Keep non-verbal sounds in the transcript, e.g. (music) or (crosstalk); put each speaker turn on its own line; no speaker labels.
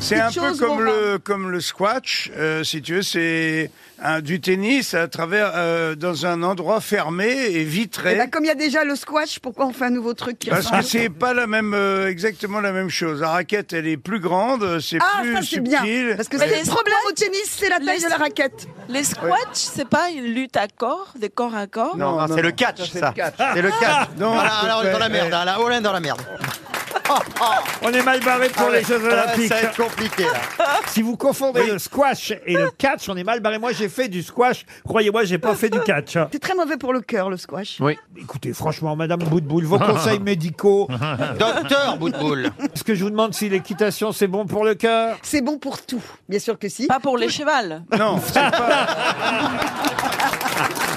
C'est un peu comme le, comme le squash, euh, si tu veux, c'est un- du tennis à travers, euh, dans un endroit fermé et vitré.
Eh ben, comme il y a déjà le squash, pourquoi on fait un nouveau truc qui
Parce que
ressemble
c'est pas la même, euh, exactement la même chose. La raquette, elle est plus grande, c'est
Ah,
plus
ça c'est
subtil.
bien. Parce que
Ouais.
c'est le problème au tennis, c'est la taille
Les-
de la raquette.
Les squats, c'est pas une lutte à corps, de corps à corps
Non,
Non,
non,
c'est le
non.
catch,
c'est
ça.
le catch.
C'est le catch.
Non,
Voilà,
c'est
alors,
pas-
dans la merde, hein, la Hollande dans la merde.
On est mal barré pour
Ah ouais,
les Jeux
ça va-
Olympiques.
Ça va être compliqué, là.
Si vous confondez
Oui.
le squash et le catch, on est mal barré. Moi, j'ai fait du squash. Croyez-moi, j'ai pas fait du catch.
C'est très mauvais pour le cœur, le squash.
Écoutez, franchement, Madame Boutboul,
(laughs)
vos conseils médicaux.
Docteur Boutboul.
Est-ce que je vous demande si l'équitation c'est bon pour le cœur
C'est bon pour tout, bien sûr que si.
(laughs)
Pas pour les chevals.
Non, c'est pas.